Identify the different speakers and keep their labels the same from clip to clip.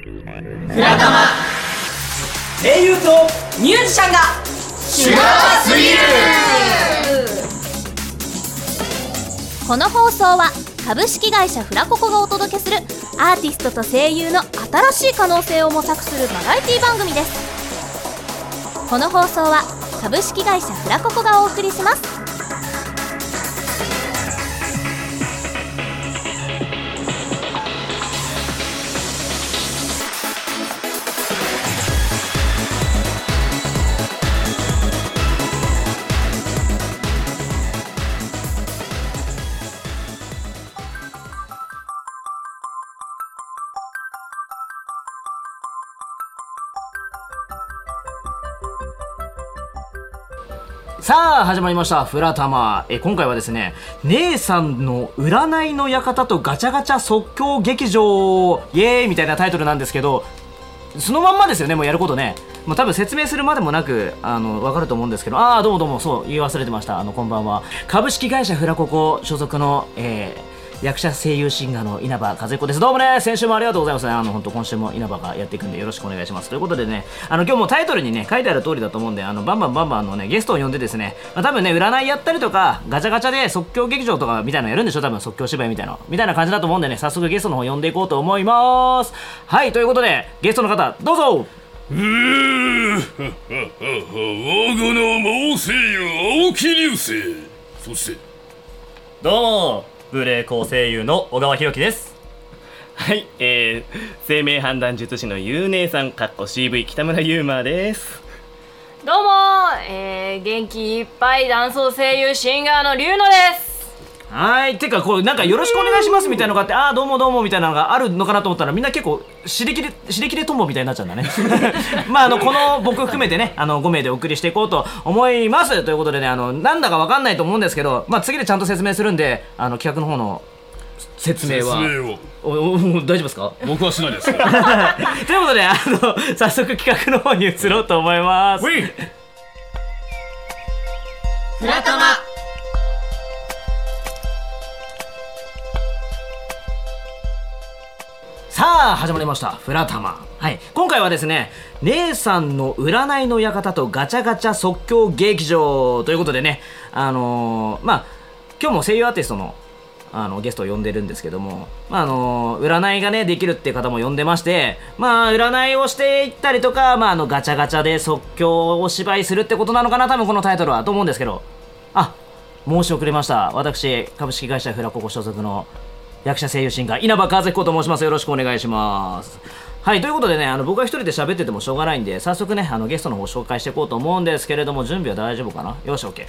Speaker 1: フラタマ
Speaker 2: 声優と
Speaker 1: ミュージシャンがシュガーすぎる
Speaker 3: この放送は株式会社フラココがお届けするアーティストと声優の新しい可能性を模索するバラエティ番組ですこの放送は株式会社フラココがお送りします
Speaker 2: さあ始まりました「フラタマ」え今回はですね姉さんの占いの館とガチャガチャ即興劇場イエーイみたいなタイトルなんですけどそのまんまですよねもうやることねもう多分説明するまでもなくあの分かると思うんですけどああどうもどうもそう言い忘れてましたあのこんばんは株式会社フラココ所属の、えー役者声優シンガーの稲葉和彦ですどうもね先週もありがとうございますあの本当今週も稲葉がやっていくんでよろしくお願いしますということでねあの今日もタイトルにね書いてある通りだと思うんであのバンバンバンバンあのねゲストを呼んでですね、まあ、多分ね占いやったりとかガチャガチャで即興劇場とかみたいなのやるんでしょ多分即興芝居みたいなのみたいな感じだと思うんでね早速ゲストの方呼んでいこうと思いますはいということでゲストの方どうぞ
Speaker 4: うー我が名猛声優青木流星そして
Speaker 5: どうもブレー構声優の小川博樹です
Speaker 6: はい、えー、生命判断術師のゆうねえさん、かっこ CV 北村ゆうまです。
Speaker 7: どうも、えー、元気いっぱい男装声優シンガーの龍野です
Speaker 2: はいてかこうなんかよろしくお願いしますみたいなのがあってああどうもどうもみたいなのがあるのかなと思ったらみんな結構しりきれしりきれとんぼみたいになっちゃうんだね まああのこの僕含めてねあの5名でお送りしていこうと思いますということでねあのなんだかわかんないと思うんですけどまあ次でちゃんと説明するんであの企画の方の説明
Speaker 4: 説
Speaker 2: は
Speaker 4: 明を
Speaker 2: おおお大丈夫ですか
Speaker 4: 僕はしないですから
Speaker 2: ということであの早速企画の方に移ろうと思います
Speaker 1: フラタマ
Speaker 2: さあ始まりました「フラタマ」はい今回はですね姉さんの占いの館とガチャガチャ即興劇場ということでねあのーまあ今日も声優アーティストのあのゲストを呼んでるんですけども、まあ、あの占いがねできるっていう方も呼んでましてまあ占いをしていったりとか、まあ、あのガチャガチャで即興お芝居するってことなのかな多分このタイトルはと思うんですけどあ申し遅れました私株式会社フラココ所属の役者声優シンガー稲葉和彦と申しますよろしくお願いしますはいということでねあの僕が一人で喋っててもしょうがないんで早速ねあのゲストの方紹介していこうと思うんですけれども準備は大丈夫かなよし OK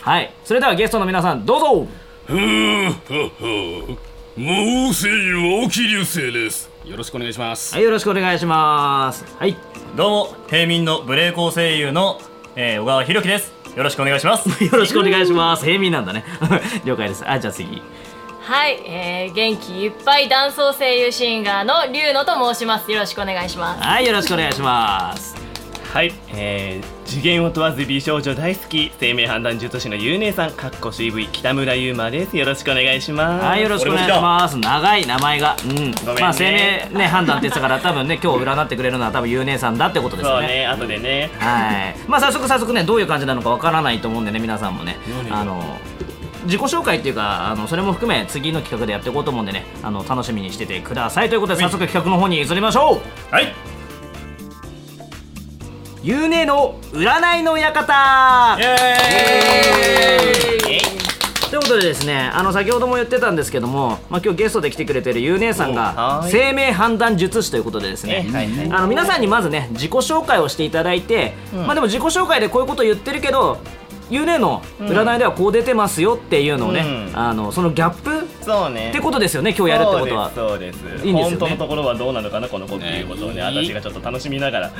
Speaker 2: はいそれではゲストの皆さんどうぞ
Speaker 4: うー猛声優青木流星ですよろしくお願いします
Speaker 2: はいよろしくお願いしますはい
Speaker 5: どうも平民のブレー構声優の、えー小川博樹ですよろしくお願いします
Speaker 2: よろしくお願いします平民なんだね 了解ですあじゃあ次
Speaker 7: はい、えー、元気いっぱい男装声優シンガーの龍野と申しますよろしくお願いしま
Speaker 2: はいよろしくお願いします
Speaker 6: はい、えー、次元を問わず美少女大好き、生命判断術師のゆうねえさん、かっこ CV 北村ゆうまです。よろしくお願いします。
Speaker 2: はい、よろしくお願いします。長い名前が、うん、
Speaker 6: ごめんね
Speaker 2: まあ、生命ね、判断って言ってたから、多分ね、 今日占ってくれるのは、多分ゆう姉さんだってことです
Speaker 6: そう
Speaker 2: よね。
Speaker 6: ね、後でね。
Speaker 2: はい、まあ、早速、早速ね、どういう感じなのかわからないと思うんでね、皆さんもね、あの。自己紹介っていうか、あの、それも含め、次の企画でやっていこうと思うんでね、あの、楽しみにしててくださいということで、早速企画の方に移りましょう。
Speaker 5: はい
Speaker 2: ゆう姉の占いの館。ということでですねあの先ほども言ってたんですけども、まあ、今日ゲストで来てくれてるゆう姉さんが
Speaker 6: はい
Speaker 2: 生命判断術師ということでですね、あの皆さんにまずね自己紹介をしていただいて、まあでも自己紹介でこういうこと言ってるけどゆう姉の占いではこう出てますよっていうのをね、
Speaker 6: うん
Speaker 2: あのそのギャップっ
Speaker 6: そうね。
Speaker 2: てことですよね今日やるってことは。
Speaker 6: そうですそうです
Speaker 2: いいんですよね
Speaker 6: 本当のところはどうなのかなこの子っていうことをね私がちょっと楽しみなが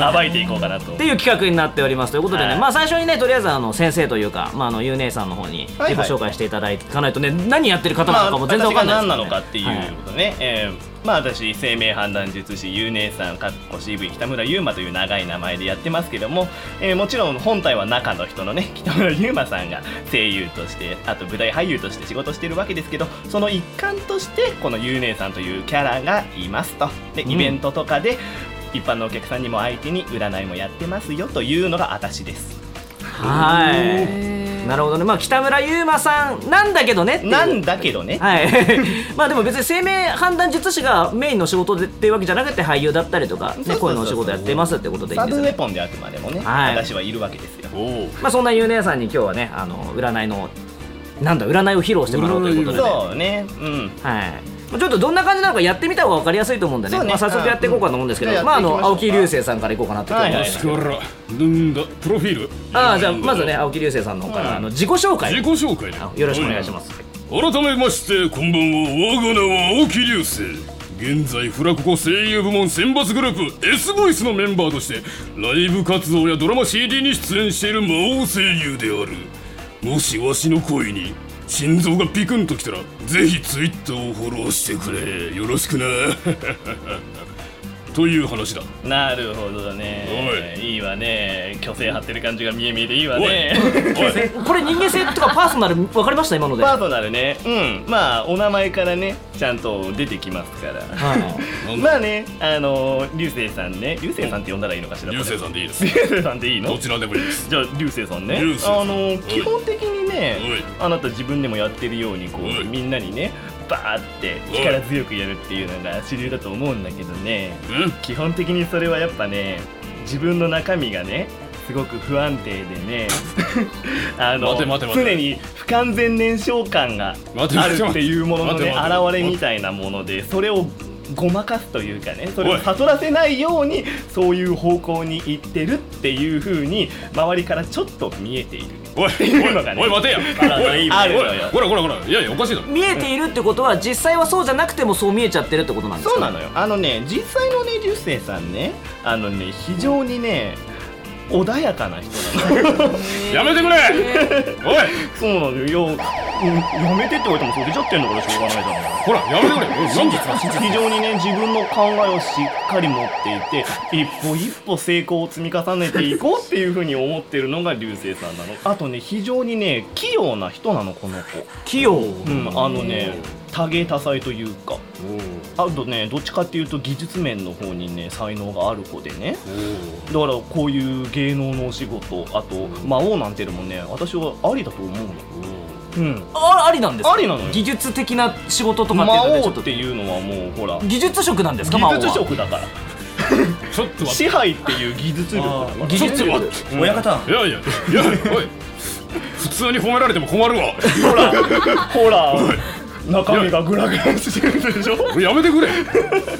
Speaker 6: ら暴いていこうかなと
Speaker 2: っていう企画になっておりますということでね、
Speaker 6: はい
Speaker 2: まあ最初にねとりあえずあの先生というか、まあ、あのゆう姉さんの方に
Speaker 6: は
Speaker 2: 自
Speaker 6: い
Speaker 2: 己
Speaker 6: はい
Speaker 2: 紹介していただいていかないとね、何やってる方なの
Speaker 6: まあ
Speaker 2: かも全然わか
Speaker 6: 私が
Speaker 2: んないですらね
Speaker 6: 何なのかっていうことね、えーまあ私生命判断術師ゆうねいさんかっこ CV 北村優馬という長い名前でやってますけども、えーもちろん本体は中の人のね 北村優馬さんが声優としてあと舞台俳優として仕事してるわけですけどその一環としてこのゆうねいさんというキャラがいますとでイベントとかで一般のお客さんにも相手に占いもやってますよというのが私です
Speaker 2: はいなるほどねまあ北村優馬さんなんだけどねっていう
Speaker 6: なんだけどね
Speaker 2: はい まあでも別に生命判断術師がメインの仕事でっていうわけじゃなくて俳優だったりとか、
Speaker 6: そうそうそ
Speaker 2: ね、
Speaker 6: う
Speaker 2: 声のお仕事やってますってことでいいん
Speaker 6: サ
Speaker 2: で
Speaker 6: ブウ
Speaker 2: すよ
Speaker 6: ェ
Speaker 2: ね
Speaker 6: ポンであくまでもね、
Speaker 2: はい
Speaker 6: 私はいるわけですよ
Speaker 4: おう
Speaker 2: まあそんなゆうねえさんに今日はねあの占いのなんだ占いを披露してもらおうということで、ね、
Speaker 6: そうねうん
Speaker 2: はいまあちょっとどんな感じなのかやってみた方が分かりやすいと思うんでね
Speaker 6: そうね
Speaker 2: まあ、早速やっていこうかと思うんですけど、
Speaker 6: うんじゃあ
Speaker 2: まああ
Speaker 6: やってい
Speaker 2: の
Speaker 6: きましょう
Speaker 2: 青
Speaker 6: か
Speaker 2: 木流星さんからいこうかなと思います、
Speaker 6: はい
Speaker 4: 私からなんだプロフィール
Speaker 2: ああじゃあまずね青木流星さんの方から、あの自己紹介
Speaker 4: 自己紹介
Speaker 2: あよろしくお願いします、
Speaker 4: 改めましてこんばんは我が名は青木流星現在フラココ声優部門選抜グループ S ボイスのメンバーとしてライブ活動やドラマ CD に出演している魔王声優であるもしわしの声に心臓がピクンときたらぜひツイッターをフォローしてくれよろしくな という話だ
Speaker 6: なるほどね
Speaker 4: お
Speaker 6: いいわね虚勢張ってる感じが見え見えでいいわ
Speaker 4: おい
Speaker 6: ね
Speaker 4: おい
Speaker 2: これ人間性とかパーソナル分かりました今ので、
Speaker 6: パー
Speaker 2: は
Speaker 6: トナルねうんまあお名前からねちゃんと出てきますから
Speaker 2: い、
Speaker 6: まあねあの流星さんね流星さんって呼んだらいいのかしら
Speaker 4: 流星さんでいいです
Speaker 6: 流星さんでいいの
Speaker 4: どちらでもいいです
Speaker 6: じゃあ流星さんね
Speaker 4: 流星さん
Speaker 6: あの基本的にね
Speaker 4: おい
Speaker 6: あなた自分でもやってるようにこ
Speaker 4: お
Speaker 6: う
Speaker 4: い
Speaker 6: みんなにねバーって
Speaker 4: おい
Speaker 6: 力強くやるっていうのが主流だと思うんだけどね
Speaker 4: うん
Speaker 6: 基本的にそれはやっぱね自分の中身がねすごく不安定で ねあの
Speaker 4: 待て待て待て
Speaker 6: 常に不完全燃焼感が
Speaker 4: 待て待
Speaker 6: あ
Speaker 4: て待て
Speaker 6: るっていうもののね
Speaker 4: 待て待て待
Speaker 6: 現
Speaker 4: て
Speaker 6: れみたいなものでそれをごまかすというかねそれ
Speaker 4: お
Speaker 6: を
Speaker 4: い
Speaker 6: 悟らせないようにそういう方向に行ってるっていう風に周りからちょっと見えている
Speaker 4: おい
Speaker 6: っていうのがね
Speaker 4: おい待てや
Speaker 6: あ
Speaker 4: おい
Speaker 6: ある
Speaker 4: お
Speaker 6: の
Speaker 4: い
Speaker 6: よ
Speaker 4: ほらほらほらいやいやおかしいだろ
Speaker 2: 見えているってことは実際はそうじゃなくてもそう見えちゃってるってことなんですか
Speaker 6: そうなのよあのね実際のね流星さんねあのね非常にね穏やかな人な のよ
Speaker 4: やめてくれおい
Speaker 6: そうなのよ、うん、やめてって言われてもそう出ちゃってんだからしょうがないじゃん
Speaker 4: ほらやめてくれおい真実だ真実
Speaker 6: 非常にね自分の考えをしっかり持っていて一歩一歩成功を積み重ねていこうっていうふうに思ってるのが流星さんなのあとね非常にね器用な人なのこの子
Speaker 2: 器用
Speaker 6: うんあのね多芸多才というかあとねどっちかっていうと技術面の方にね才能がある子でねだからこういう芸能のお仕事あと魔王なんていうのもね私はありだと思うようん
Speaker 2: あありなんですか
Speaker 6: ありなのよ
Speaker 2: 技術的な仕事とかってい
Speaker 6: 魔
Speaker 2: うのはち
Speaker 6: 王
Speaker 2: ょっ
Speaker 6: っ
Speaker 2: と
Speaker 6: ていうのはもうほら
Speaker 2: 技術職なんですか魔王
Speaker 6: 技
Speaker 2: は
Speaker 6: 術職だから
Speaker 4: ちょっと待
Speaker 6: 支配っていう技術力だから
Speaker 2: 技
Speaker 4: ちょっ
Speaker 2: 術
Speaker 4: と待
Speaker 2: 力
Speaker 4: って
Speaker 5: 親方
Speaker 4: っていやいやいやおい普通に褒められても困るわ
Speaker 6: ほら中身がグラグラしてるでしょ
Speaker 4: やめてくれや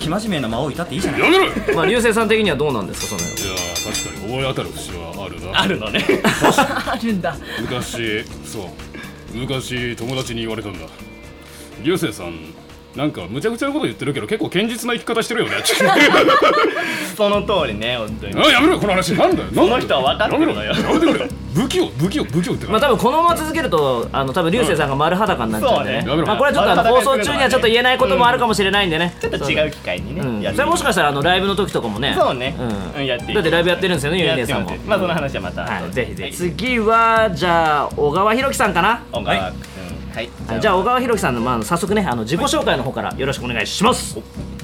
Speaker 5: 生真面目な魔王いたっていいじゃない
Speaker 4: めろいや確か
Speaker 2: まあ流星さん的にはどうなんですかその
Speaker 4: に思い当たる節はあるな
Speaker 6: あるのね
Speaker 7: あるんだ
Speaker 4: 昔そう昔友達に言われたんだ流星さんなんかむちゃくちゃなこと言ってるけど結構堅実な生き方してるよ ね
Speaker 6: その通りね本当に
Speaker 4: あやめろよこの話なんだよ
Speaker 6: この人は分かってるのよ
Speaker 4: やめてくれよ不器用不器用不器用って
Speaker 2: まあ多分このまま続けるとあの多分流星さんが丸裸になっちゃうんでね,、
Speaker 6: そうね
Speaker 4: やめろ
Speaker 2: まあ、これはちょっとあの放
Speaker 6: 丸
Speaker 2: 送
Speaker 6: 裸にする
Speaker 2: 中
Speaker 6: のはね
Speaker 2: にはちょっと言えないこともあるかもしれないんでね、
Speaker 6: ちょっと違う機会にね、
Speaker 2: うん、
Speaker 6: やって
Speaker 2: それもしかしたらあのライブの時とかもね
Speaker 6: そうね、
Speaker 2: う
Speaker 6: うんん、やっていい
Speaker 2: だってライブやってるんですよねゆうねえさんも
Speaker 6: やってますまあその話はまた
Speaker 2: はい、
Speaker 6: 後で
Speaker 2: ぜひぜひ
Speaker 6: はい
Speaker 2: 次はじゃあ小川弘樹さんかな
Speaker 6: 音楽うんはい
Speaker 2: はいじゃあ小川弘樹さんの、まあ、早速ねあの自己紹介の方からよろしくお願いします、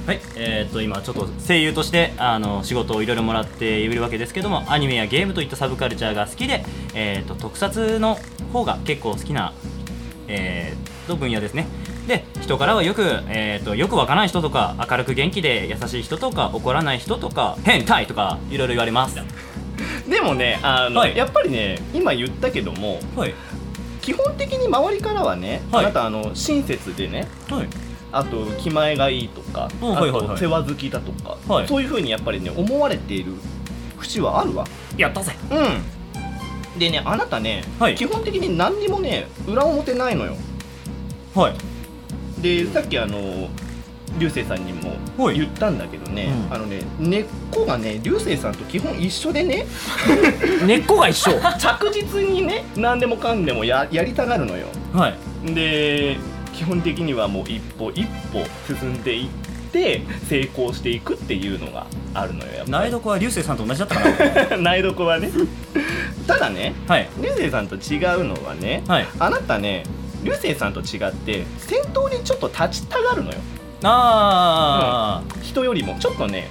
Speaker 5: はい、えー、と今ちょっと声優としてあの仕事をいろいろもらっているわけですけどもアニメやゲームといったサブカルチャーが好きで、えー、と特撮の方が結構好きな、えー、と分野ですねで人からはよく、えー、とよくわからない人とか明るく元気で優しい人とか怒らない人とか変態とかいろいろ言われます
Speaker 6: でもねあの、
Speaker 5: はい
Speaker 6: やっぱりね今言ったけども
Speaker 5: はい
Speaker 6: 基本的に周りからはね、
Speaker 5: はい
Speaker 6: あなたあの親切でね
Speaker 5: はい
Speaker 6: あと気前がいいとか、
Speaker 5: うんはいはいはい
Speaker 6: あと世話好きだとか、
Speaker 5: はい
Speaker 6: そういうふうにやっぱりね思われている節はあるわ
Speaker 5: やったぜ
Speaker 6: うんでねあなたね、
Speaker 5: はい
Speaker 6: 基本的に何にもね裏表ないのよ
Speaker 5: はい
Speaker 6: でさっきあの流星さんにも
Speaker 5: はい
Speaker 6: 言ったんだけどね、
Speaker 5: うん
Speaker 6: あのね根っこがね流星さんと基本一緒で ね
Speaker 2: 根っこが一緒
Speaker 6: 着実にね何でもかんでもややりたがるのよ
Speaker 5: はい
Speaker 6: で基本的にはもう一歩一歩進んでいって成功していくっていうのがあるのよやっぱ
Speaker 5: ナイドコは流星さんと同じだった かな
Speaker 6: 内読は ねただね
Speaker 5: はい
Speaker 6: 流星さんと違うのはね、
Speaker 5: はい
Speaker 6: あなたね流星さんと違って先頭にちょっと立ちたがるのよ
Speaker 5: あー、
Speaker 6: 人よりもちょっとね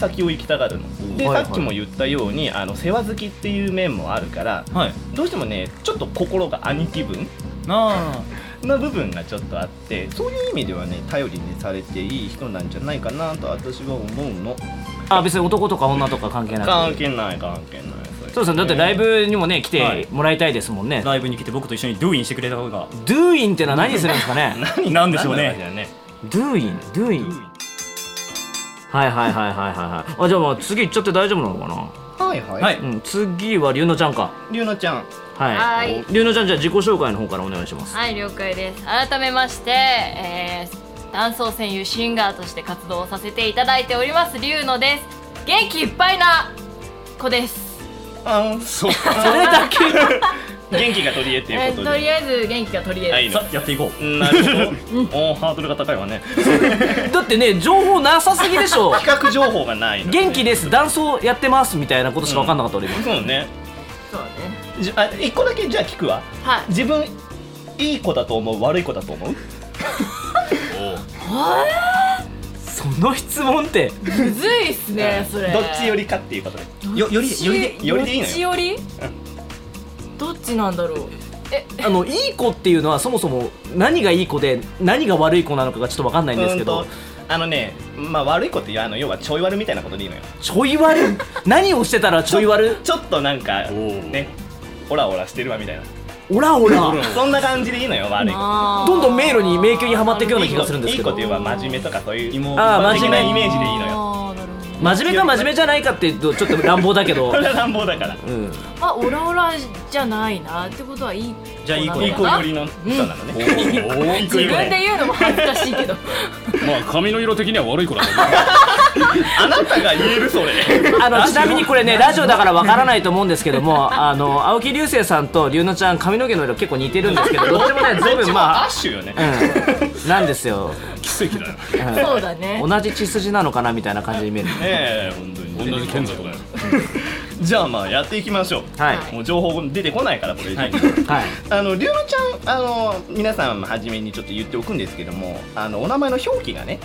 Speaker 6: 先を行きたがるので、
Speaker 5: はいはい
Speaker 6: さっきも言ったようにあの世話好きっていう面もあるから
Speaker 5: はい
Speaker 6: どうしてもねちょっと心が兄貴分
Speaker 5: あ
Speaker 6: な部分がちょっとあってそういう意味ではね頼りにされていい人なんじゃないかなと私は思うの
Speaker 2: あ別に男とか女とか関係なく
Speaker 6: 関係ない関係ない
Speaker 2: そうですねだってライブにもね来てもらいたいですもんね、
Speaker 5: ーライブに来て僕と一緒にドゥインしてくれた方が
Speaker 2: ドゥインってのは何するんですかね
Speaker 5: なんでしょう
Speaker 6: ね
Speaker 5: ね
Speaker 2: ドゥインドゥインはいはいはいはいはいはいあじゃあまあ次行っちゃって大丈夫なのか
Speaker 6: はいはい、
Speaker 5: はい
Speaker 2: なうん次は龍乃ちゃんか
Speaker 6: 龍乃ちゃん
Speaker 2: は
Speaker 7: はいい
Speaker 2: 龍乃ちゃんじゃあ自己紹介の方からお願いします
Speaker 7: はい了解です改めまして、えー、男装声優シンガーとして活動をさせていただいております龍野です元気いっぱいな子です、
Speaker 6: あん
Speaker 4: そう
Speaker 2: それだけ
Speaker 6: 元気が取り柄ってい
Speaker 7: え
Speaker 6: うこ
Speaker 7: ー
Speaker 6: と
Speaker 7: とり
Speaker 6: で、
Speaker 7: あえず元気がとりあえず、
Speaker 6: い
Speaker 5: さあやっていこう
Speaker 6: なるほどおーハードルが高いわね
Speaker 2: だってね情報なさすぎでし ょ
Speaker 6: 比較情報がないの
Speaker 2: 元気ですダンスをやってますみたいなことしか分かんなかった俺今
Speaker 6: そうね
Speaker 7: そうね
Speaker 6: じゃあ一個だけじゃあ聞くわ
Speaker 7: はい
Speaker 6: 自分いい子だと思う悪い子だと思う
Speaker 2: その質問って
Speaker 7: むずいっすねそれ
Speaker 6: どっちよりかっていうことで
Speaker 5: よよりよりで
Speaker 6: よりでいい
Speaker 7: ど
Speaker 6: のよ
Speaker 7: っちよりどっちなんだろうえ
Speaker 2: あのいい子っていうのはそもそも何がいい子で何が悪い子なのかがちょっと分かんないんですけ
Speaker 6: う
Speaker 2: ど
Speaker 6: んとあのねまあ悪い子ってあの要はちょい悪みたいなことでいいのよ
Speaker 2: ちょい悪い何をしてたらちょい悪い
Speaker 6: ちょっとなんか
Speaker 4: おう
Speaker 6: ねオラオラしてるわみたいな
Speaker 2: オラオラ
Speaker 6: そんな感じでいいのよ悪い子
Speaker 2: どんど
Speaker 7: ど
Speaker 2: ん迷路に迷宮にはまっていくような気がするんです
Speaker 6: いい
Speaker 2: け
Speaker 6: 子
Speaker 2: ど
Speaker 6: っていうのは真面目とかそういう妹
Speaker 2: あー
Speaker 6: 的
Speaker 2: 真面
Speaker 6: な
Speaker 2: 目
Speaker 6: イメージでいいのよ
Speaker 7: あーなるほど
Speaker 2: 真面目か真面目じゃないかっていうとちょっと乱暴だけど
Speaker 6: それは乱暴だから
Speaker 2: うん
Speaker 7: あオラオラじゃないなってことはいい
Speaker 5: じゃあいい子
Speaker 6: いい
Speaker 5: だ
Speaker 6: 子寄りの人なのねいい子
Speaker 7: 自
Speaker 6: 寄り
Speaker 7: 分で言うのも恥ずかしいけ ど
Speaker 4: まあ髪の色的には悪い子だと思う
Speaker 6: あなたが言えるそれ
Speaker 2: あのちなみにこれねラジオだからわからないと思うんですけどもあの青木流星さんと龍乃ちゃん髪の毛の色結構似てるんですけどどっちもね随
Speaker 6: どっち
Speaker 2: 分
Speaker 6: も
Speaker 2: ま
Speaker 6: アッ
Speaker 2: あ
Speaker 6: シュよね
Speaker 2: うんなんですよ、
Speaker 4: 奇跡だ よ
Speaker 7: そうだね
Speaker 2: うん同じ血筋なのかなみたいな感じに見える
Speaker 6: ねえ本当に
Speaker 4: 同じ賢者とかよ
Speaker 6: じゃあまあやっていきましょう
Speaker 2: はい
Speaker 6: もう情報出てこないからこれ以上
Speaker 5: はい
Speaker 2: はい
Speaker 6: あの龍乃ちゃんあの皆さん初めにちょっと言っておくんですけどもあのお名前の表記がね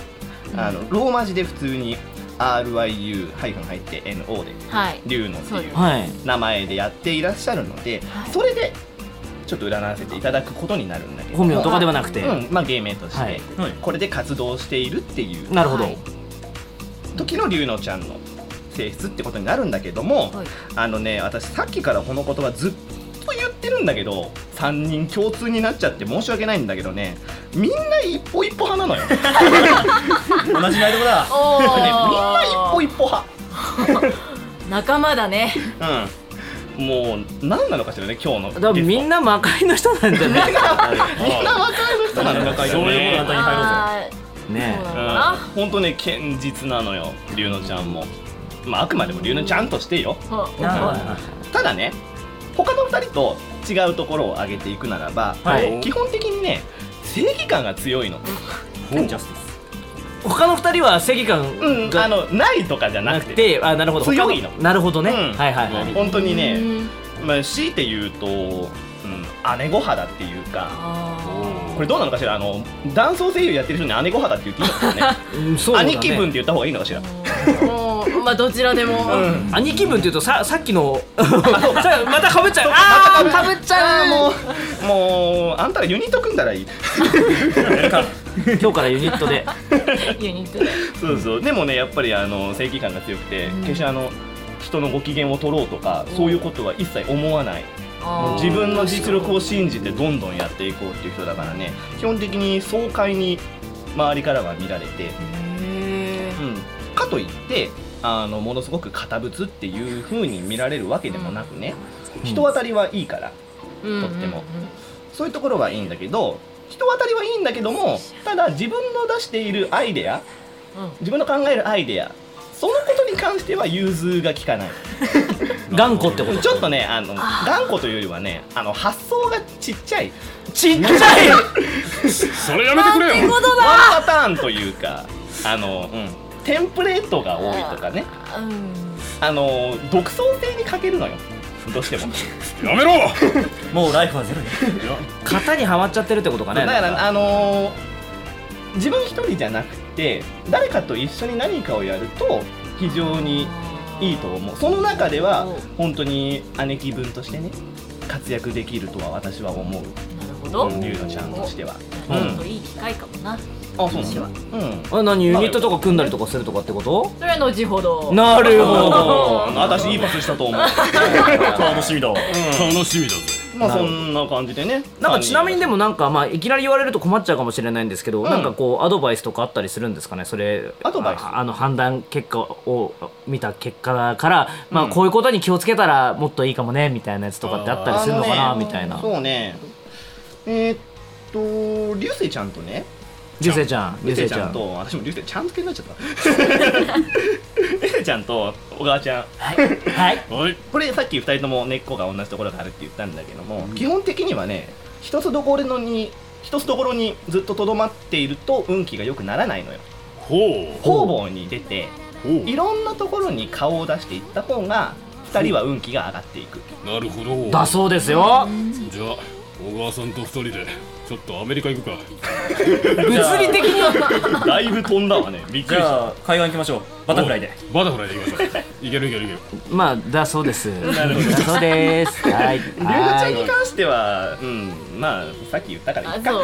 Speaker 6: あのローマ字で普通に RYU- 入って NO で
Speaker 7: はい
Speaker 6: 龍乃って
Speaker 7: そう
Speaker 6: い
Speaker 7: で
Speaker 6: う
Speaker 7: す
Speaker 2: はい
Speaker 6: 名前でやっていらっしゃるので、
Speaker 7: はい
Speaker 6: それでちょっと占わせていただくことになるんだけど
Speaker 2: 本名とかではなくて、
Speaker 6: うんまあ、芸名として、
Speaker 2: はい
Speaker 5: はい
Speaker 6: これで活動しているっていう
Speaker 2: なるほど、
Speaker 7: はい
Speaker 6: 時の龍乃ちゃんの性質ってことになるんだけども、
Speaker 7: はい
Speaker 6: あのね私さっきからこの言葉ずっと言ってるんだけど3人共通になっちゃって申し訳ないんだけどねみんな一歩一歩派なのよ ね
Speaker 5: 同じナイドコだ
Speaker 7: お
Speaker 6: みんな一
Speaker 7: お
Speaker 6: 歩一歩派
Speaker 7: 仲間だね
Speaker 6: うんもう何なのかしらね今日の
Speaker 2: だから
Speaker 6: ゲスト
Speaker 2: みんな魔界の人なんじゃない
Speaker 6: みんな若いの人なの
Speaker 5: そう
Speaker 6: よ
Speaker 5: いうものに入ろうぜ
Speaker 7: あー
Speaker 2: ね
Speaker 7: そうなの
Speaker 6: う
Speaker 7: か
Speaker 6: ん
Speaker 7: な
Speaker 6: 本当ね堅実なのよ龍乃ちゃんも、まあ、あくまでも龍乃ちゃんとしてよ
Speaker 7: そう
Speaker 5: あ
Speaker 6: ただね他の2人と違うところを挙げていくならば、
Speaker 2: はい
Speaker 6: 基本的にね正義感が強いの
Speaker 5: ージャスティス
Speaker 2: 他の二人は正義
Speaker 6: う
Speaker 2: 感
Speaker 6: んあ
Speaker 2: が
Speaker 6: のないとかじゃな
Speaker 2: な
Speaker 6: く
Speaker 2: く
Speaker 6: て
Speaker 2: てあなるほど
Speaker 6: 強いの
Speaker 2: なるほどね、
Speaker 6: うん
Speaker 2: はいはいはい、
Speaker 6: 本当に
Speaker 7: う
Speaker 6: ね、
Speaker 7: ん
Speaker 6: まあ、強いて言うと、うん、姉御肌っていうか
Speaker 7: あ
Speaker 6: これどうなのかしらあの男装声優やってる人に姉御肌って言っていいのかね
Speaker 2: うん そうだね
Speaker 6: 兄貴分って言った方がいいのかしら
Speaker 7: ーもうまあどちらでも
Speaker 2: 兄貴分っていうとささっきのさまたかぶっちゃうあーかぶっちゃうもう
Speaker 6: もうあんたらユニット組んだらいい
Speaker 2: 今日からユニットで
Speaker 7: ユニットで
Speaker 6: そうそうでもねやっぱりあの正義感が強くて、決してあの人のご機嫌を取ろうとかそういうことは一切思わないもう自分の実力を信じてどんどんやっていこうっていう人だからね基本的に爽快に周りからは見られて、
Speaker 7: へー
Speaker 6: うん、かといってあのものすごく堅物っていう風に見られるわけでもなくね人当たりはいいから
Speaker 7: うん
Speaker 6: とってもそういうところはいいんだけど人当たりはいいんだけどもただ自分の出しているアイデア
Speaker 7: うん
Speaker 6: 自分の考えるアイデアそのことに関しては融通が利かない
Speaker 2: 頑固ってこと
Speaker 6: ちょっとねあの頑固というよりはねあの発想がちっちゃい
Speaker 2: ちっちゃい
Speaker 4: それやめてくれよ
Speaker 6: ワンパターンというかあの、うん、テンプレートが多いとかね
Speaker 7: うん
Speaker 6: あの独創性に欠けるのよどうしても
Speaker 4: やめろ
Speaker 5: もうライフはゼロね
Speaker 2: 型にはまっちゃってるってことかね
Speaker 6: だからあの自分一人じゃなくて誰かと一緒に何かをやると非常にいいと思うその中では本当に姉貴分としてね活躍できるとは私は思う
Speaker 7: なるほど
Speaker 6: 龍のちゃんとしては
Speaker 7: おちょっといい機会かもな
Speaker 6: あそうなんだうん
Speaker 2: あ何ユニットとか組んだりとかするとかってこと
Speaker 7: それは後ほど
Speaker 2: なるほど
Speaker 6: あ私いいパスした と思う
Speaker 5: 楽しみだ
Speaker 4: 楽しみだぜ
Speaker 6: まあそんな感じでね
Speaker 2: なんかちなみにでもなんかまあいきなり言われると困っちゃうかもしれないんですけど、
Speaker 6: ん
Speaker 2: なんかこうアドバイスとかあったりするんですかねそれ
Speaker 6: アドバイス
Speaker 2: ああの判断結果を見た結果から、まあこういうことに気をつけたらもっといいかもねみたいなやつとかってあったりするのかな
Speaker 6: あのね
Speaker 2: みたいな
Speaker 6: そうねえーっと流星ちゃんとね
Speaker 2: 流星ちゃん
Speaker 6: 流
Speaker 2: 流星
Speaker 6: 星ち
Speaker 2: ち
Speaker 6: ゃ
Speaker 2: ゃ
Speaker 6: ん
Speaker 2: ん
Speaker 6: と私も流星ちゃん付けになっちゃった流星ちゃんと小川ちゃん
Speaker 5: はい
Speaker 4: はい
Speaker 6: これさっき2人とも根っこが同じところがあるって言ったんだけども、基本的にはね一つどころのに一つところにずっととどまっていると運気が良くならないのよ
Speaker 4: ほう
Speaker 6: 方々に出て
Speaker 4: ほう
Speaker 6: いろんなところに顔を出していった方が2人は運気が上がっていく
Speaker 4: なるほど
Speaker 2: だそうですよ
Speaker 4: じゃあ小川さんと二人でちょっとアメリカ行くか
Speaker 2: 物理的に
Speaker 6: だいぶ飛んだわねびっ
Speaker 5: じゃあ海岸行きましょうバタフライで
Speaker 4: おバタフライで行きましょ ういけるいけるいける
Speaker 2: まあだそうですだそうですはい
Speaker 6: 龍ちゃんに
Speaker 2: は
Speaker 6: 関してはうんまあさっき言ったから
Speaker 7: あ
Speaker 6: いっ
Speaker 7: そ
Speaker 6: か
Speaker 7: うだ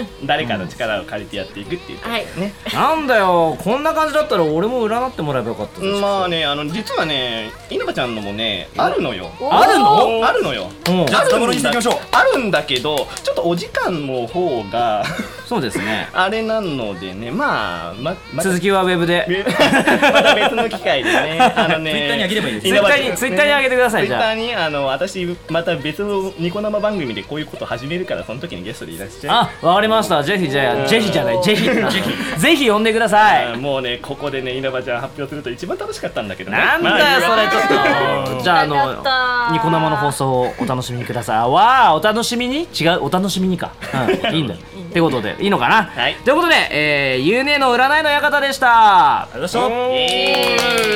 Speaker 7: ね
Speaker 6: 誰かの力を借りてやっていくっていう
Speaker 7: うんはい
Speaker 6: ね
Speaker 2: いなんだよこんな感じだったら俺も占ってもらえばよかったです
Speaker 6: まあねあの実はね稲葉ちゃんのもねあるのよ
Speaker 2: あるの
Speaker 6: あるのよ
Speaker 2: うん
Speaker 5: じゃあ近頃にしていきましょう
Speaker 6: あるんだけどちょっとお時間の方が
Speaker 2: そうですね
Speaker 6: あれなのでねまあままた
Speaker 2: 続きはウェブで
Speaker 6: べまた別の機会でねあのね
Speaker 5: Twitter に上げればいいです
Speaker 2: ツイ
Speaker 6: 稲
Speaker 2: ッ
Speaker 6: 葉
Speaker 2: タ
Speaker 6: ちゃん
Speaker 2: ーにツイッターに上げてくださ
Speaker 6: ツイ
Speaker 2: いじ
Speaker 6: ッタ
Speaker 2: ゃあ
Speaker 6: ーにあの私また別のニコ生番組でこういうこと始めるからその時にゲストでいらっしゃい
Speaker 2: あ、わかりました。ぜひじゃあ、ぜひじゃない、ぜひ、ぜひ呼んでくださ
Speaker 6: あ
Speaker 2: い。
Speaker 6: もうねここでね稲葉ちゃん発表すると一番楽しかったんだけどね
Speaker 2: なん
Speaker 6: まあ
Speaker 2: だよ、それちょっと。じゃあ、あ
Speaker 7: よかった
Speaker 2: の、ニコ生の放送をお楽しみください。わあ、お楽しみに違う、お楽しみにか。うん、いいんだよ。ってことで、いいのかな
Speaker 6: はい
Speaker 2: ということで、えー、ゆうねえの占いの館でした。
Speaker 5: ありがとうございました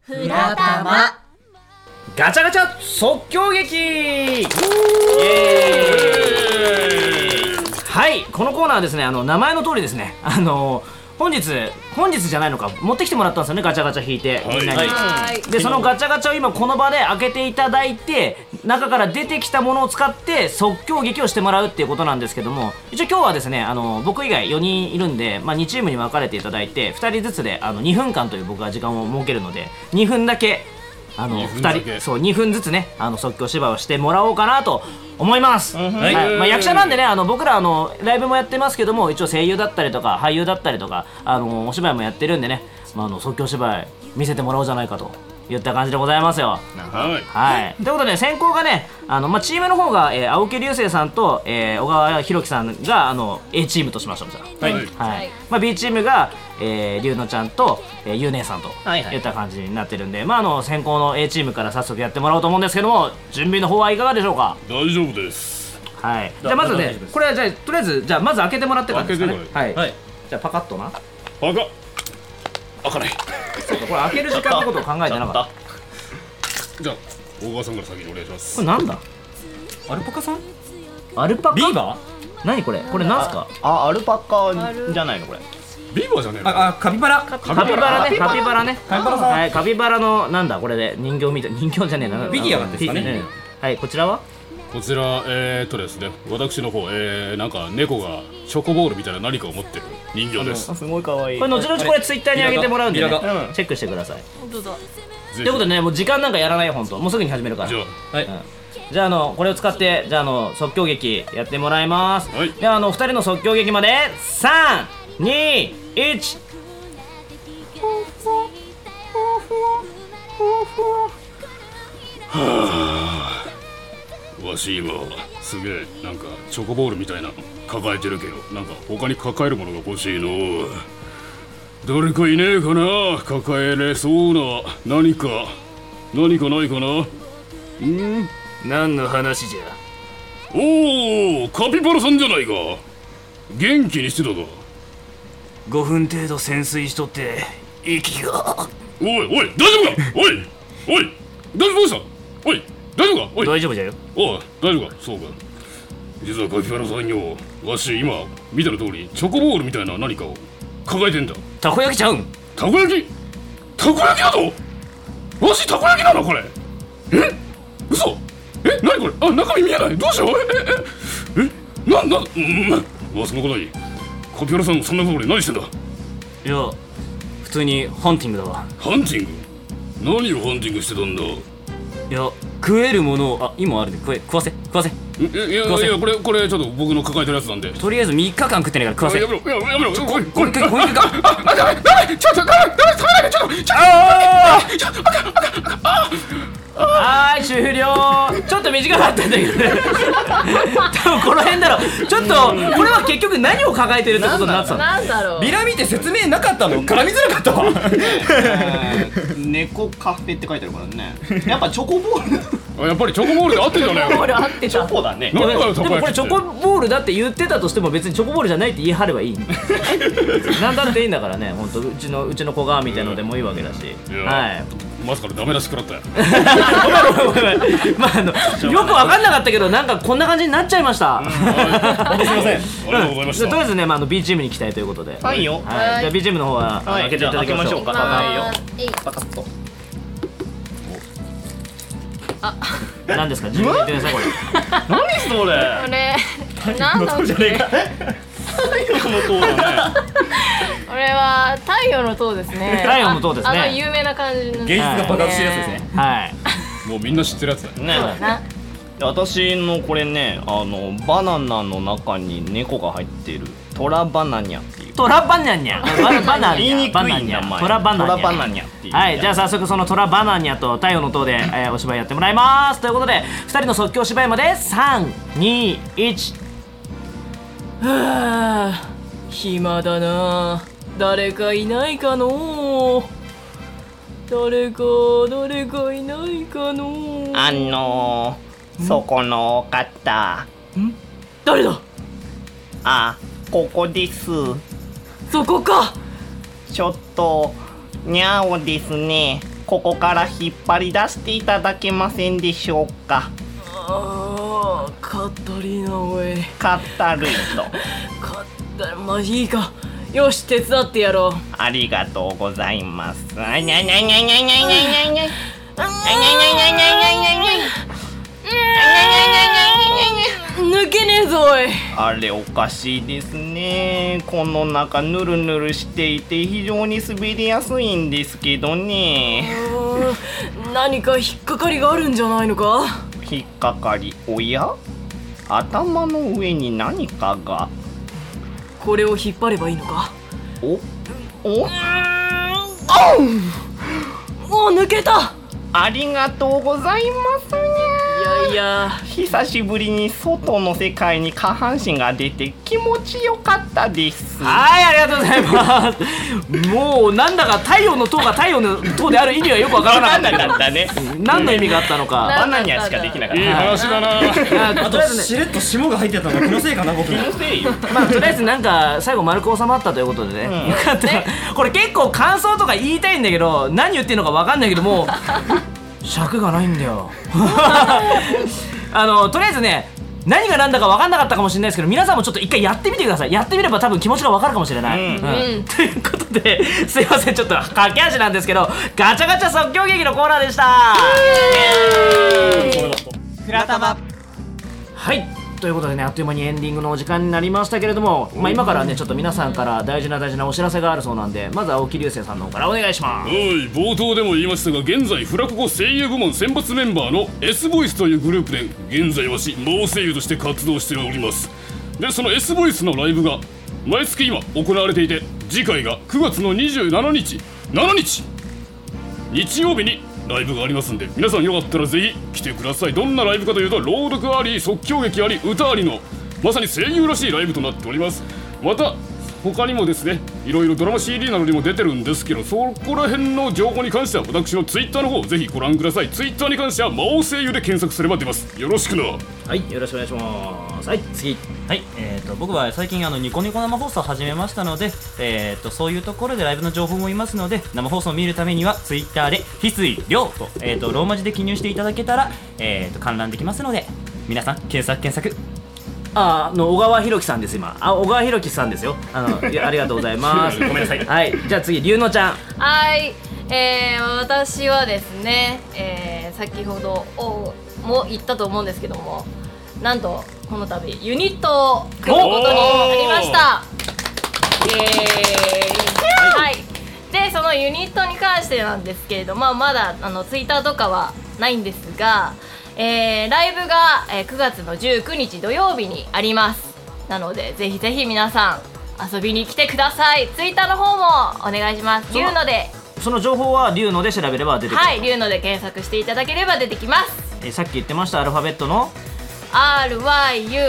Speaker 1: フラタマ
Speaker 2: ガチャガチャ即興劇はいこのコーナーはですねあの名前の通りですねあの本日本日じゃないのか持ってきてもらったんですよねガチャガチャ引いて、
Speaker 4: はい
Speaker 2: みんなに、
Speaker 7: はい
Speaker 2: でそのガチャガチャを今この場で開けていただいて中から出てきたものを使って即興劇をしてもらうっていうことなんですけども一応今日はですねあの僕以外4人いるんで、まあ、2チームに分かれていただいて2人ずつであの2分間という僕が時間を設けるので2分だけあの
Speaker 4: 2分だけ
Speaker 2: 2人そう2分ずつねあの即興芝居をしてもらおうかなと思います、はいまあ、役者なんでねあの僕らあのライブもやってますけども一応声優だったりとか俳優だったりとかあのお芝居もやってるんでね、まあ、あの即興芝居見せてもらおうじゃないかといった感じでございますよ
Speaker 4: はい
Speaker 2: はい、ということで先行がねあの、まあ、チームの方が、えー青木流星さんと、えー小川博樹さんがあの A チームとしましょうじゃあ
Speaker 4: はい
Speaker 2: はいまあ、B チームが、えー、龍のちゃんと、えー、ゆうねえさんと、
Speaker 6: いはい
Speaker 2: いった感じになってるんで、まあ、あの先行の A チームから早速やってもらおうと思うんですけども準備の方はいかがでしょうか、
Speaker 4: 大丈夫です
Speaker 2: はい、じゃあまず
Speaker 5: 大丈
Speaker 2: ね
Speaker 5: 夫です
Speaker 2: これはじゃあとりあえずじゃあまず開けてもらってからですかね
Speaker 4: 開けて
Speaker 2: はい、
Speaker 5: はい
Speaker 2: じゃあパカッとな
Speaker 4: あか開かない
Speaker 2: そうかこれ開ける時間ってことを考えてなかったこ
Speaker 4: じゃあ小川さんから先にお願いします
Speaker 2: れなんだ
Speaker 5: アルパカさん
Speaker 2: アルパカ
Speaker 5: ビーバー
Speaker 2: 何これこれなんすか
Speaker 6: あアルパカじゃないのこれ
Speaker 4: ビーバーじゃねえの
Speaker 5: ああカピバラ
Speaker 2: カピバラねカ
Speaker 6: カ
Speaker 2: ピ
Speaker 6: ピバ
Speaker 2: バラね
Speaker 5: カピバラさん
Speaker 2: はいカピバラのなんだこれで人形みたい人形じゃねえな
Speaker 5: フィギュアですかね
Speaker 2: フィギュアうんはいこちらは
Speaker 4: こちらえー、っとですね私の方えー、なんか猫がチョコボールみたいな何かを持ってる人形です
Speaker 6: あすごいかわいい
Speaker 2: これ後々これツイッターに上げてもらうんでね
Speaker 5: ビラ
Speaker 6: がうん
Speaker 2: チェックしてください
Speaker 7: どうぞ
Speaker 4: と
Speaker 2: ということでねもう時間なんかやらないよ本当もうすぐに始めるから
Speaker 4: じゃあ
Speaker 2: じゃああのこれを使ってじゃああの即興劇やってもらいます、
Speaker 4: はい
Speaker 2: ではあの2人の即興劇まで321
Speaker 4: わし今すげえなんかチョコボールみたいなの抱えてるけどなんか他に抱えるものが欲しいの誰かいねえかな抱えれそうな何か何かないかな
Speaker 8: 何の話じゃ
Speaker 4: おおカピバラさんじゃないか元気にしてたか
Speaker 8: 5分程度潜水しとって息が
Speaker 4: おいおい大丈夫かおいおい大丈夫どうしたおい大丈夫かおい
Speaker 8: 大丈夫じゃよ
Speaker 4: おい大丈夫かそうか実はカピバラさんよわし今見ての通りチョコボールみたいな何かを抱えてんだ
Speaker 8: たこ焼きちゃうん
Speaker 4: たこ焼きたこ焼きなのわしたこ焼きなのこれえ嘘え何これあ中身見えないどうしようええええななうんまあそのことはいいカピバラさんそんなことで何してんだ
Speaker 8: いや普通にハンティングだわ
Speaker 4: ハンティング何をハンティングしてたんだ
Speaker 8: いや食えるものをあ今あるで食え食わせ食わせ
Speaker 4: いやいや
Speaker 8: ません
Speaker 4: いやこれこれちょっと僕の抱えてるやつなんで。
Speaker 8: とりあえず3日間食ってねえから食わせ
Speaker 4: やめろやめろやめろ。これこ
Speaker 8: これ
Speaker 4: れ
Speaker 8: 食いこれ食いか
Speaker 4: ああダメダメちょっとダメダメ食べないでちょっとちょっ
Speaker 2: はーい終了ちょっと短かったんだけど ね多分この辺だろちょっとこれは結局何を抱えてるってことになってたの
Speaker 7: なんだろう
Speaker 8: ビラ見て説明なかったの絡みづらかった わ
Speaker 6: 猫カフェって書いてあるからねやっぱチョコボール
Speaker 4: とあやっぱりチョコボールで合ってんじゃない
Speaker 7: こ
Speaker 4: の。
Speaker 7: れ合って
Speaker 6: チョ
Speaker 7: た
Speaker 6: コだね
Speaker 4: 何だ
Speaker 2: で
Speaker 4: よたこ
Speaker 2: もこ
Speaker 4: 焼
Speaker 2: れ
Speaker 4: き
Speaker 2: チ
Speaker 4: っ
Speaker 2: ョ
Speaker 4: て
Speaker 2: コ。ボールだって言ってたとしても別にチョコボールじゃないって言い張ればいいなんだっていいんだからね本当うちのうちの子がみたいのでもいいわけだし、
Speaker 4: うん
Speaker 2: はい
Speaker 4: まさかのダメ出し食らったよ。
Speaker 2: ごめんごめんごめんまああのよく分かんなかったけどなんかこんな感じになっちゃいました、
Speaker 4: 本当すみません。ありがとうございま
Speaker 2: じゃあ
Speaker 4: した
Speaker 2: とりあ。えずね、まあ、あの B チームに期待ということで、はい
Speaker 6: はいよ
Speaker 7: はい
Speaker 2: じゃあ B チームの方は、あの
Speaker 6: はい
Speaker 2: 開けていただきましょう
Speaker 6: じゃあ開けましょうか
Speaker 7: は
Speaker 3: えい
Speaker 6: パカッと
Speaker 2: 何ですか自分で言ってくださいこれ
Speaker 6: 何それ
Speaker 7: これ 何の
Speaker 6: じゃねえか太陽の塔だね
Speaker 7: これは太陽の塔です ね
Speaker 2: 太陽の塔ですね
Speaker 7: ああの有名な感じの
Speaker 2: 芸術が爆
Speaker 7: 発してるやつですね
Speaker 2: はい
Speaker 4: もうみんな知ってるやつだよ。
Speaker 6: ね
Speaker 7: な
Speaker 6: 私のこれねあのバナナの中に猫が入ってるトラバナニャっていう
Speaker 2: トラバナニャバナバナニ
Speaker 6: 言いに
Speaker 2: ャ
Speaker 6: く
Speaker 2: バナ
Speaker 6: い
Speaker 2: ニ
Speaker 6: 名前
Speaker 2: ャトラバナニ
Speaker 6: トラバナ
Speaker 2: ャ
Speaker 6: ニャっていう
Speaker 2: はいじゃあ早速そのトラバナニャと太陽の塔で、えーお芝居やってもらいますということで2人の即興芝居まで321
Speaker 7: あ暇だな誰かいないかの誰か誰かいないかの
Speaker 6: あのー、そこの方
Speaker 7: 誰だ
Speaker 6: あここです
Speaker 7: そこか
Speaker 6: ちょっとにゃおですねここから引っ張り出していただけませんでしょうか
Speaker 7: ああカタリナおい
Speaker 6: カッタルイと
Speaker 7: カタまあいいかよし手伝ってやろう
Speaker 6: ありがとうございますあにゃにゃにゃにゃにゃにゃにゃにゃ
Speaker 7: 抜けねえぞおい
Speaker 6: あれおかしいですねこの中ぬるぬるしていて非常に滑りやすいんですけどね
Speaker 7: うん何か引っかかりがあるんじゃないのか
Speaker 6: 引っかかりおや頭の上に何かが
Speaker 7: これを引っ張ればいいのか
Speaker 6: おお
Speaker 7: お抜けた
Speaker 6: ありがとうございます
Speaker 7: い
Speaker 6: に
Speaker 7: や
Speaker 6: ゃ
Speaker 7: いや
Speaker 6: 久しぶりに外の世界に下半身が出て気持ちよかったです
Speaker 2: はいありがとうございますもうなんだか太陽の塔が太陽の塔である意味がよくわからなか
Speaker 6: バ
Speaker 2: った
Speaker 6: ナ
Speaker 2: け
Speaker 6: ナだったね
Speaker 2: ど何の意味があったのか
Speaker 6: バナナしかできなかっ
Speaker 4: いい
Speaker 6: た
Speaker 4: 話だな。
Speaker 2: あとりあえずね
Speaker 5: れっと霜が入ってたの気のせいかな僕
Speaker 6: 気のせいよ
Speaker 2: まあとりあえずなんか最後丸く収まったということでね、よかったこれ結構感想とか言いたいんだけど何言ってるのかわかんないけどもう尺がないんだよ あのとりあえずね何が何だか分かんなかったかもしれないですけど皆さんもちょっと一回やってみてくださいやってみれば多分気持ちが分かるかもしれない、うんということですいませんちょっと駆け足なんですけどガチャガチャ即興劇のコーナーでしたはいということでねあっという間にエンディングのお時間になりましたけれども、まあ、今からねちょっと皆さんから大事な大事なお知らせがあるそうなんでまずは青木流星さんの方からお願いしま
Speaker 4: お
Speaker 2: す
Speaker 4: い冒頭でも言いましたが現在フラココ声優部門選抜メンバーの S ボイスというグループで現在はし猛声優として活動しておりますでその S ボイスのライブが毎月今行われていて次回が9月の27日7日日曜日にライブがありますんで皆さんよかったらぜひ来てくださいどんなライブかというと朗読あり即興劇あり歌ありのまさに声優らしいライブとなっておりますまた他にもですねいろいろドラマ CD などにも出てるんですけどそこら辺の情報に関しては私のツイッターの方をぜひご覧くださいツイッターに関しては魔王声優で検索すれば出ますよろしくな
Speaker 2: はいよろしくお願いしますはい次
Speaker 5: はい、えー、と僕は最近あのニコニコ生放送を始めましたので、えー、とそういうところでライブの情報もいますので生放送を見るためにはツイッターで「翡翠亮」と,、えー、とローマ字で記入していただけたら、えー、と観覧できますので皆さん検索検索
Speaker 2: ああの小川弘樹さんです今あ小川弘樹さんですよあのい やありがとうございますごめんなさいはいじゃあ次龍乃ちゃん
Speaker 7: はい、えー、私はですね、えー、先ほどおも言ったと思うんですけどもなんとこの度ユニットを組むことになりましたイエーイはいでそのユニットに関してなんですけれども、まあ、まだあのツイッターとかはないんですが、えー、ライブが、えー、9月の19日土曜日にありますなのでぜひぜひ皆さん遊びに来てくださいツイッターの方もお願いします
Speaker 2: う
Speaker 7: 言うので
Speaker 2: その情報は龍乃で調べれば出てくる、
Speaker 7: はい、龍ので検索していただければ出てきます。
Speaker 2: えーさっき言ってましたアルファベットの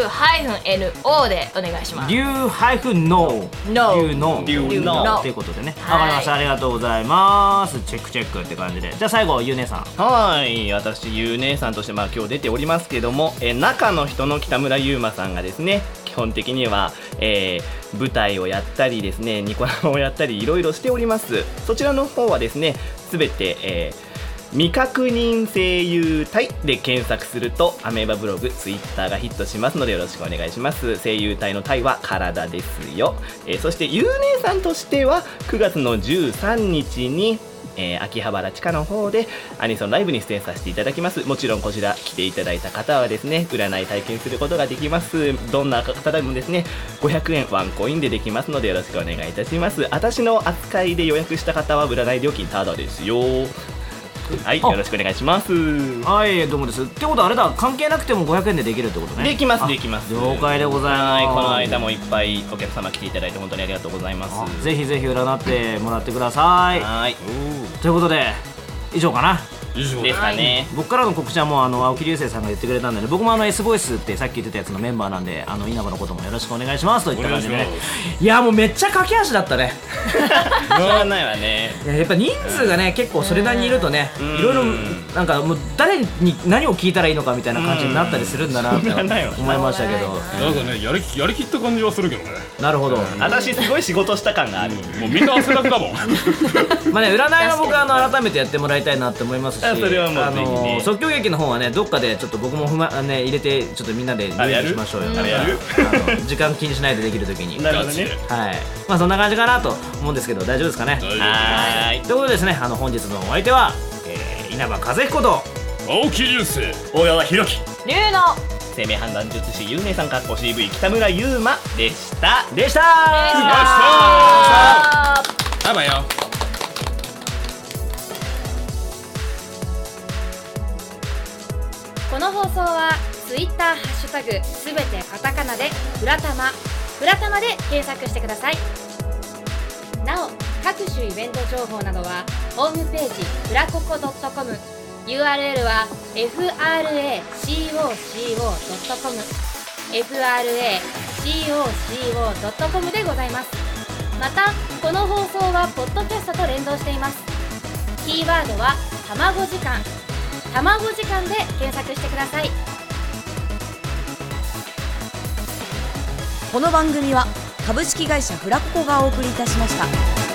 Speaker 7: ryu-no でお願いします。
Speaker 2: 龍ハイフンノー
Speaker 7: ノー
Speaker 2: 龍の
Speaker 7: 龍の
Speaker 2: ということでね
Speaker 7: は
Speaker 2: わ
Speaker 7: い
Speaker 2: かりましたありがとうございますチェックチェックって感じでじゃあ最後ゆうねさん
Speaker 6: はい私ゆう姉さんとしてまあ今日出ておりますけども、えー中の人の北村ゆうまさんがですね基本的には、えー舞台をやったりですねニコ生をやったりいろいろしておりますそちらの方はですねすべて、えー未確認声優隊で検索するとアメーバブログツイッターがヒットしますのでよろしくお願いします声優隊の隊は体ですよ、えーそしてゆう姉さんとしては9月の13日にえー秋葉原地下の方でアニソンライブに出演させていただきますもちろんこちら来ていただいた方はですね占い体験することができますどんな方でもですね500円ワンコインでできますのでよろしくお願いいたします私の扱いで予約した方は占い料金タダですよはいよろしくお願いします
Speaker 2: はいどうもですってことはあれだ関係なくても500円でできるってことね
Speaker 6: できます
Speaker 2: あ
Speaker 6: できます
Speaker 2: 了解でございます
Speaker 6: はこの間もいっぱいお客様来ていただいて本当にありがとうございま
Speaker 2: あ
Speaker 6: す
Speaker 2: ぜひぜひ占ってもらってください
Speaker 6: はい
Speaker 2: ということで以上かな
Speaker 4: 以上
Speaker 6: ですかね
Speaker 2: 僕からの告知はもうあの青木流星さんが言ってくれたんでね僕もあの S ボイスってさっき言ってたやつのメンバーなんであの稲葉のこともよろしくお願いしますといった感じでね
Speaker 4: お願いし
Speaker 2: いやもうめっちゃ駆け足だったね
Speaker 6: しょうがないわね
Speaker 2: いややっぱ人数がね結構それなりにいるとねいろいろなんかもう誰に何を聞いたらいいのかみたいな感じになったりするんだなって
Speaker 6: うんそんなないわ
Speaker 2: 思いましたけど
Speaker 4: なんかねやりやりきった感じはするけどね
Speaker 2: なるほど
Speaker 6: 私すごい仕事した感がある
Speaker 4: もうみんな汗だくだもん
Speaker 2: まあね占いは僕はあの改めてやってもらいたいなって思いますし
Speaker 6: あそれはもう
Speaker 2: あ
Speaker 6: ぜひ
Speaker 2: の
Speaker 6: ね
Speaker 2: 即興劇の方はねどっかでちょっと僕もふまあね入れてちょっとみんなでル
Speaker 6: あれや
Speaker 2: ール
Speaker 6: る
Speaker 2: しましょうよ
Speaker 6: あれやる
Speaker 2: あの時間気にしないでできるときに
Speaker 6: なるほどね
Speaker 2: はいまあそんな感じかなと思うんですけど大丈夫ですかね
Speaker 4: 大丈
Speaker 6: はーい
Speaker 2: ということでですねあの本日のお相手は、えー稲葉和彦と
Speaker 4: 夫 青木流星
Speaker 6: 大山ひろき
Speaker 7: 龍の
Speaker 6: 生命判断術師ゆうねいさんかっこ CV 北村ゆうまでした
Speaker 2: でした
Speaker 4: バイバイよ
Speaker 9: この放送はツイッターハッシュタグすべてカタカナでフラタマフラタマで検索してくださいなお各種イベント情報などはホームページフラココ .com URL は fracoco.com fracoco.com でございますまたこの放送はポッドキャストと連動していますキーワードは卵時間卵時間で検索してください
Speaker 1: この番組は株式会社フラココがお送りいたしました